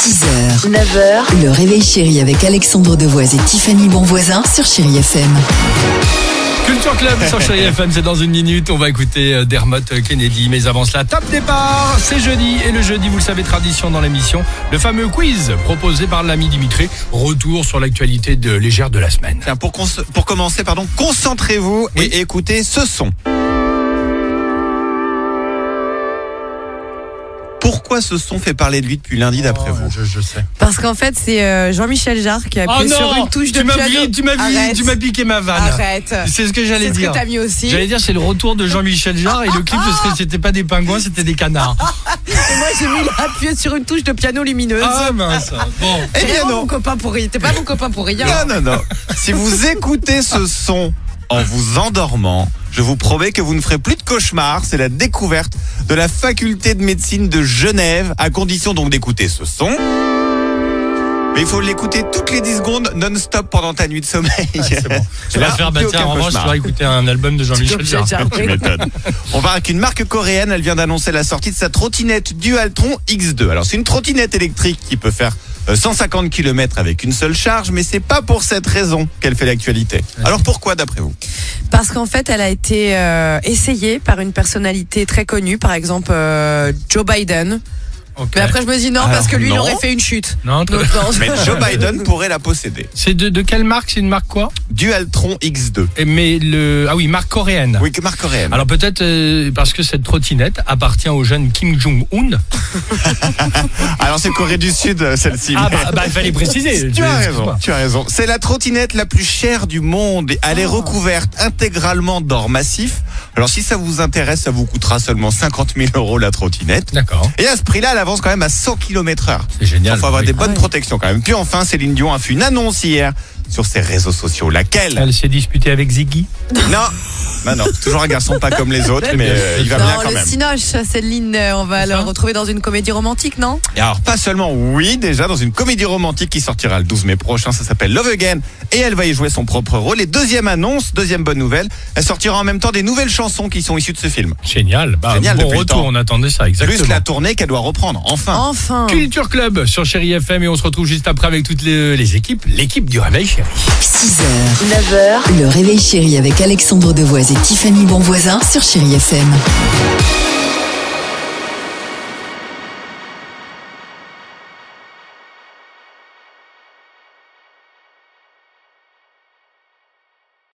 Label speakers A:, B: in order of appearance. A: 6h, 9h, le réveil chéri avec Alexandre Devoise et Tiffany Bonvoisin sur Chéri FM.
B: Culture Club sur Chéri FM, c'est dans une minute. On va écouter euh, Dermot Kennedy. Mais avant cela, top départ. C'est jeudi. Et le jeudi, vous le savez, tradition dans l'émission, le fameux quiz proposé par l'ami Dimitri. Retour sur l'actualité de légère de la semaine.
C: Tiens, pour, cons- pour commencer, pardon, concentrez-vous et écoutez ce son. Pourquoi ce son fait parler de lui depuis lundi d'après vous
B: Oh, je, je sais.
D: Parce qu'en fait, c'est euh, Jean-Michel Jarre qui a appuyé sur une touche de
B: Oh Tu m'as
D: piano.
B: pi- tu m'as pi-
D: Arrête.
B: tu m'as piqué ma vanne.
D: Arrête.
B: C'est ce que j'allais
D: C'est ce
B: dire.
D: que t'as mis aussi.
B: J'allais dire c'est le retour de Jean-Michel Jarre et le clip ce serait- c'était pas des pingouins c'était des canards.
D: Et moi, j'ai mis il a appuyé sur une touche de piano lumineuse.
B: Ah mince. Bon.
C: Eh
D: T'es
C: bien
D: vraiment
C: non
D: mon copain pour rien. T'es pas mon copain pour rien.
B: Ah,
C: Non, non, non. Si vous écoutez ce son en vous endormant, je vous promets que vous ne ferez plus de cauchemars. C'est la découverte de la faculté de médecine de Genève, à condition donc d'écouter ce son. Mais il faut l'écouter toutes les 10 secondes non-stop pendant ta nuit de sommeil.
B: Ah, Tu vas
C: Là,
B: faire
C: plus
B: bah tiens,
C: aucun
B: en revanche, tu
C: cauchemar.
B: vas écouter un album de Jean-Michel
D: Jean-Michel
B: Jarre.
D: Jarre.
C: Tu m'étonnes. On va avec une marque coréenne. Elle vient d'annoncer la sortie de sa trottinette Dualtron X2. Alors, c'est une trottinette électrique qui peut faire euh, 150 km avec une seule charge, mais c'est pas pour cette raison qu'elle fait l'actualité. Alors, pourquoi d'après vous
D: Parce qu'en fait, elle a été euh, essayée par une personnalité très connue, par exemple euh, Joe Biden.
B: Ok.
D: Mais après, je me dis non,
C: Alors,
D: parce que lui,
C: non.
D: il aurait fait une chute.
B: Non, très-
D: Donc, non,
C: Mais Joe Biden pourrait la posséder.
B: C'est de, de quelle marque C'est une marque quoi
C: Dualtron X2.
B: Et Mais le ah oui, marque coréenne.
C: Oui, que marque coréenne.
B: Alors peut-être euh, parce que cette trottinette appartient au jeune Kim Jong Un.
C: Alors, c'est Corée du Sud, euh, celle-ci.
B: Ah bah, bah, il fallait préciser.
C: Tu
B: Je- excuse-moi.
C: as raison, tu as raison. C'est la trottinette la plus chère du monde et
B: Ah.
C: elle est recouverte intégralement d'or massif. Alors si ça vous intéresse, ça vous coûtera seulement 50 000 euros la trottinette.
B: D'accord.
C: Et à ce prix-là, elle avance quand même à 100 km heure.
B: C'est génial.
C: Il faut avoir
B: Oui.
C: des bonnes
D: Ah ouais.
C: protections quand même. Puis enfin, Céline Dion a fait une annonce hier sur ses réseaux sociaux. Laquelle
B: Elle s'est disputée avec Ziggy.
C: Non Bah Non, non, toujours un garçon pas comme les autres, mais euh, il va bien
D: non,
C: quand
D: le
C: même.
D: Cinoche, Céline, euh, on va la
B: ça
D: retrouver dans une comédie romantique, non
C: Et alors pas seulement oui déjà dans une comédie romantique qui sortira le 12 mai prochain, ça s'appelle Love Again et elle va y jouer son propre rôle. Et deuxième annonce, deuxième bonne nouvelle, elle sortira en même temps des nouvelles chansons qui sont issues de ce film.
B: Génial. Bah,
C: Génial
B: bon
C: depuis le
B: retour.
C: temps.
B: On attendait ça exactement.
C: Plus la tournée qu'elle doit reprendre
B: Ah.
D: Oh
C: enfin.
D: Enfin
B: Culture Club sur Chéri FM et on se retrouve juste après avec toutes les, les équipes, l'équipe du réveil chéri.
A: 6h, 9h, le réveil chéri avec Alexandre Devoise et Tiffany Bonvoisin sur Chéri FM.